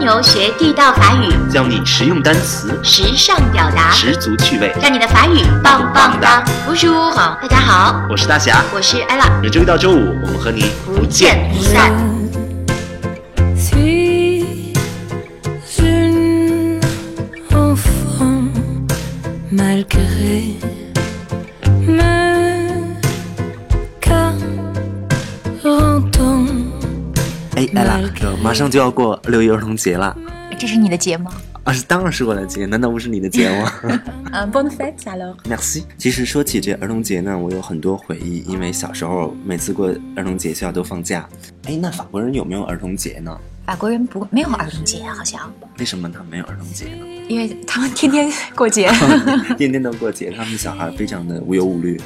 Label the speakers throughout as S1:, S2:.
S1: 游学地道法语，
S2: 教你实用单词，
S1: 时尚表达，
S2: 十足趣味。
S1: 让你的法语棒棒哒！不是我好，大家好，
S2: 我是大侠，
S1: 我是 Ella，
S2: 每周一到周五，我们和你
S1: 不见不散。
S3: Suis une enfant malgré me quarante
S2: 哎，Ella，马上就要过六一儿童节了，
S4: 这是你的节吗？
S2: 啊，是当然是我的节，难道不是你的节吗？ 呃
S4: 嗯，Bonne fête alors。
S2: Merci。其实说起这儿童节呢，我有很多回忆，因为小时候每次过儿童节学校都放假。哎，那法国人有没有儿童节呢？
S4: 法国人不没有儿童节，啊好像，
S2: 为什么他们没有儿童节呢？
S4: 因为他们天天过节。
S2: 天天都过节，他们小孩非常的无忧无虑。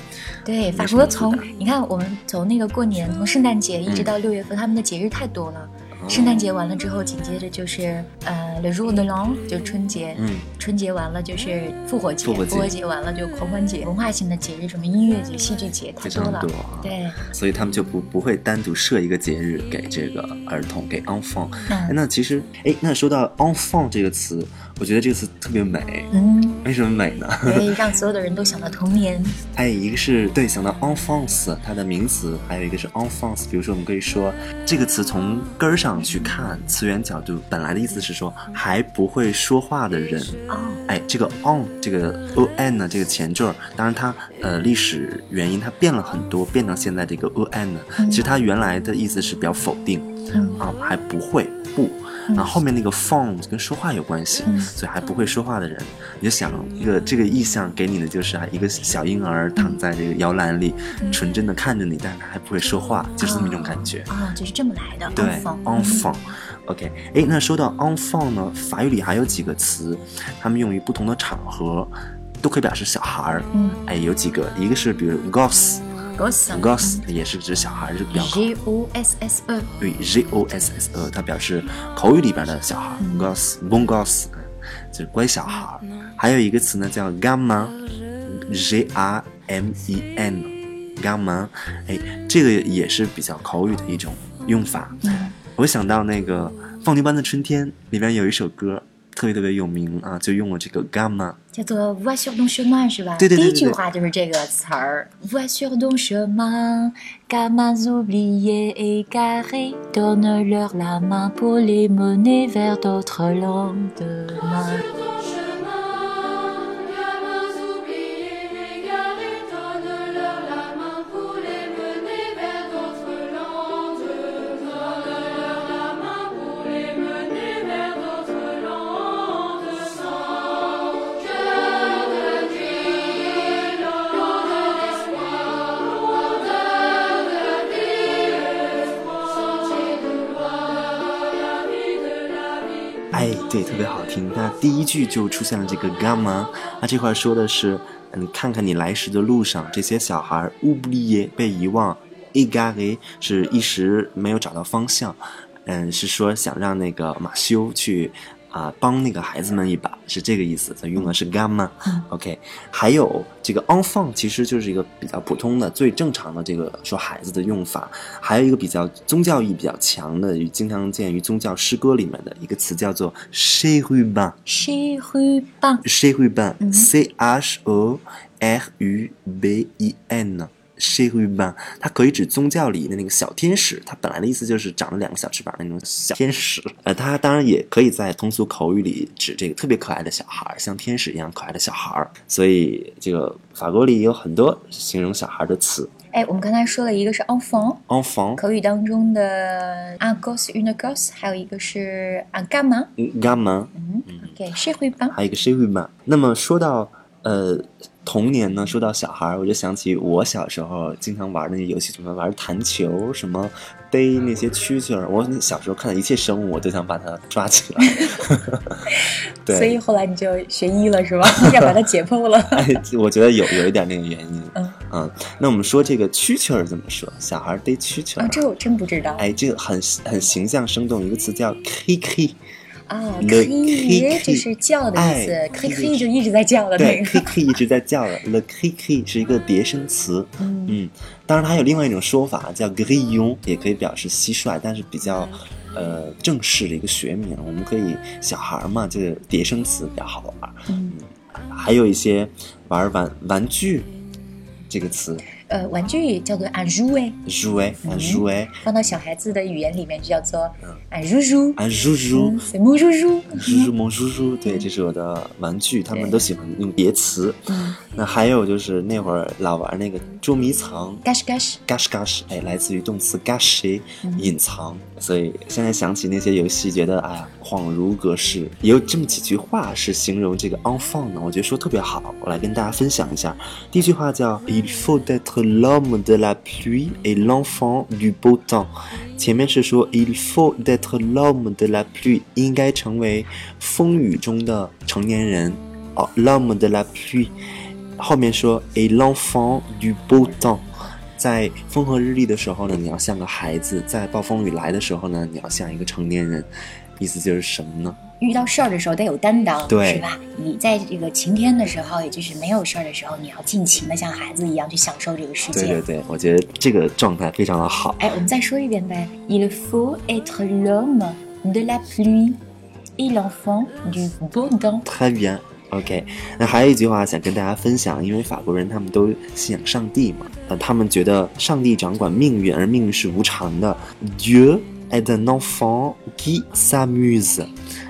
S4: 对，
S2: 没
S4: 法
S2: 什么
S4: 国
S2: 负
S4: 从
S2: 担
S4: 你看，我们从那个过年，从圣诞节一直到六月份，他们的节日太多了。
S2: 嗯哦
S4: 圣诞节完了之后，紧接着就是呃，Le Jour de l'An，就春节。
S2: 嗯，
S4: 春节完了就是复活节，
S2: 复活节
S4: 完了就狂欢节，文化性的节日，什么音乐节、戏剧节，太
S2: 非
S4: 多
S2: 常
S4: 了。
S2: 多啊。
S4: 对，
S2: 所以他们就不不会单独设一个节日给这个儿童给 enfant。哎
S4: 嗯
S2: 那其实，哎，那说到 enfant 这个词，我觉得这个词特别美。
S4: 嗯，
S2: 为什么美呢？
S4: 所以让所有的人都想到童年。
S2: 哎，一个是对想到 enfance 它的名词，还有一个是 enfance。比如说，我们可以说这个词从根儿上去看，词源角度本来的意思是说还不会说话的人。
S4: 哦，
S2: 哎，这个 on 这个 o n 呢，这个前缀儿，当然它呃历史原因它变了很多，变成现在这个 o n 呢，其实它原来的意思是比较否定
S4: 嗯
S2: 啊，还不会不，然后后面那个 phone 跟说话有关系，
S4: 嗯
S2: 所以还不会说话的人，你就想一个这个意象给你的就是啊，一个小婴儿
S4: 嗯
S2: 躺在这个摇篮里，纯真的看着你，但是他还不会说话，就是这么一种感觉。
S4: 哦，就是这么来的。
S2: 对嗯
S4: enfant
S2: ，enfant。OK，哎，那说到 enfant 呢，法语里还有几个词，它们用于不同的场合，都可以表示小孩儿。
S4: 嗯，
S2: 哎，有几个，一个是比如 gosse，gosse
S4: Gosse。
S2: 也是指小孩，是比较
S4: G O S S E。
S2: 对 g o s s e，它表示口语里边的小孩
S4: 嗯
S2: ，gosse，bon gosse，就是乖小孩儿。还有一个词呢叫 gamin，g a m e n，gamin，哎，这个也是比较口语的一种用法。
S4: 嗯
S2: 我想到那个《放牛班的春天》里边有一首歌，特别特别有名啊，就用了这个 gamma。
S4: 叫做 v o i s u r d o n chemin 是吧？
S2: 对对对对
S4: 第一句话就是这个词儿 v o i s u r d o n chemin, gamins oubliés égarés donnent leur la main pour les mener vers d'autres lendemains。
S5: Sur ton chemin, gamins oubliés, égarés, donne-leur la main pour les mener vers d'autres landes. Donne-leur la main pour les mener vers d'autres landes. Sans cœur de gris, loin d'espoir, loin de vie, sentier de gloire, ami de la vie.
S2: 哎，对，特别好听。那第一句就出现了这个 gamma，那这块说的是，嗯，看看你来时的路上，这些小孩 oublié 被遗忘，égaré 是一时没有找到方向，嗯，是说想让那个马修去。啊，帮那个孩子们一把是这个意思，所以用的是 gamma、OK，还有这个 enfant 其实就是一个比较普通的、最正常的这个说孩子的用法，还有一个比较宗教意比较强的，与经常见于宗教诗歌里面的一个词叫做 s h e r u b a n
S4: Chez rue Ban。
S2: s h e r u b a n
S4: 嗯
S2: C H O R U B I N。s h e r u b a n 它可以指宗教里的那个小天使，它本来的意思就是长了两个小翅膀的那种小天使。呃，它当然也可以在通俗口语里指这个特别可爱的小孩儿，像天使一样可爱的小孩儿。所以这个法国里有很多形容小孩儿的词
S4: 哎，我们刚才说了一个是 enfant，
S2: ，enfant、
S4: 口语当中的 euh, un gosse une Ah gosse，还有一个是 un gamin。
S2: gamin。
S4: 嗯，OK，社会帮。
S2: 还有一个 s h i r i m a 那么说到呃童年呢，说到小孩儿，我就想起我小时候经常玩的那些游戏，什么玩弹球，什么逮那些蛐蛐儿。我小时候看到一切生物，我都想把它抓起来。对，
S4: 所以后来你就学医了 是吧？要把它解剖了。
S2: 哎，我觉得有有一点那个原因。
S4: 嗯
S2: 那我们说这个蛐蛐儿怎么说？小孩儿逮蛐蛐
S4: 啊，
S2: 儿。Eh,
S4: 这我真不知道。
S2: 哎，这个很很形象生动，一个词叫 “kiki”，
S4: 啊
S2: Le
S4: crier
S2: cri-cri
S4: 就是叫的意思
S2: 哎
S4: ，cri cri 就一直在叫的那
S2: 对
S4: 个。
S2: ，kiki 一直在叫的，le kiki 是一个叠声词。
S4: 嗯，
S2: 嗯，当然它还有另外一种说法叫 grillon，也可以表示蟋蟀，但是比较
S4: 嗯
S2: 呃正式的一个学名。我们可以小孩儿嘛，就是叠声词比较好玩儿。
S4: 嗯
S2: 还有一些玩玩玩具这个词
S4: 呃，玩具叫做 un jouet，
S2: ，jouet 啊 jouet
S4: 放到小孩子的语言里面就叫做
S2: 嗯
S4: un joujou，
S2: 啊 joujou
S4: 嗯，c'est mon joujou。
S2: joujou mon joujou，对，这是我的玩具，他们都喜欢用叠词。
S4: 嗯
S2: 那还有就是那会儿老玩那个捉迷藏。
S4: gash gash，
S2: gash gash，哎，来自于动词 gash，隐藏。所以现在想起那些游戏，觉得哎呀，恍如隔世。也有这么几句话是形容这个 enfant 呢，我觉得说特别好，我来跟大家分享一下。第一句话叫 Il faut être l'homme de la pluie et l'enfant du beau temps。前面是说 Il faut être l'homme de la pluie，应该成为风雨中的成年人。哦，l'homme de la pluie，后面说 et l'enfant du beau temps。在风和日丽的时候呢，你要像个孩子；在暴风雨来的时候呢，你要像一个成年人。意思就是什么呢？
S4: 遇到事儿的时候得有担当，
S2: 对
S4: 是吧？你在这个晴天的时候，也就是没有事儿的时候，你要尽情的像孩子一样去享受这个世界。
S2: 对对对，我觉得这个状态非常的好。
S4: 哎，我们再说一遍呗。Il faut être l'homme de la pluie et l'enfant du beau temps。
S2: 太bien。OK，那还有一句话想跟大家分享，因为法国人他们都信仰上帝嘛，呃，他们觉得上帝掌管命运，而命运是无常的。Dieu est un enfant qui s'amuse，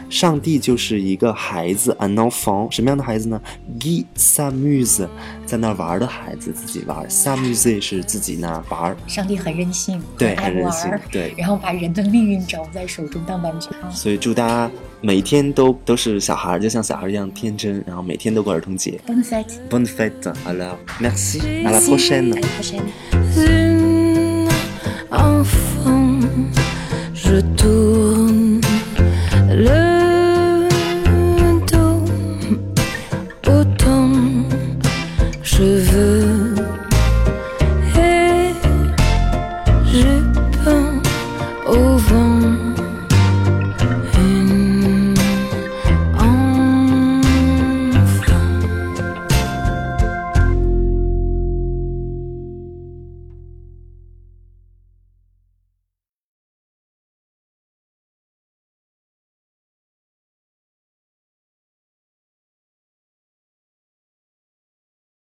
S2: 上帝就是一个孩子，un enfant，什么样的孩子呢？qui s'amuse，在那儿玩的孩子，自己玩儿；s'amuse 是自己那儿玩儿，
S4: 上帝很任性，
S2: 对，
S4: 爱
S2: 很任性
S4: 玩儿，，
S2: 对，
S4: 然后把人的命运掌握在手中当玩具。
S2: 所以祝大家每天都都是小孩儿，就像小孩儿一样天真，然后每天都过儿童节。
S4: Bonne fête，
S2: Bonne fête. Alors, merci. À la prochaine.
S4: 哎不是
S3: une enfant, je te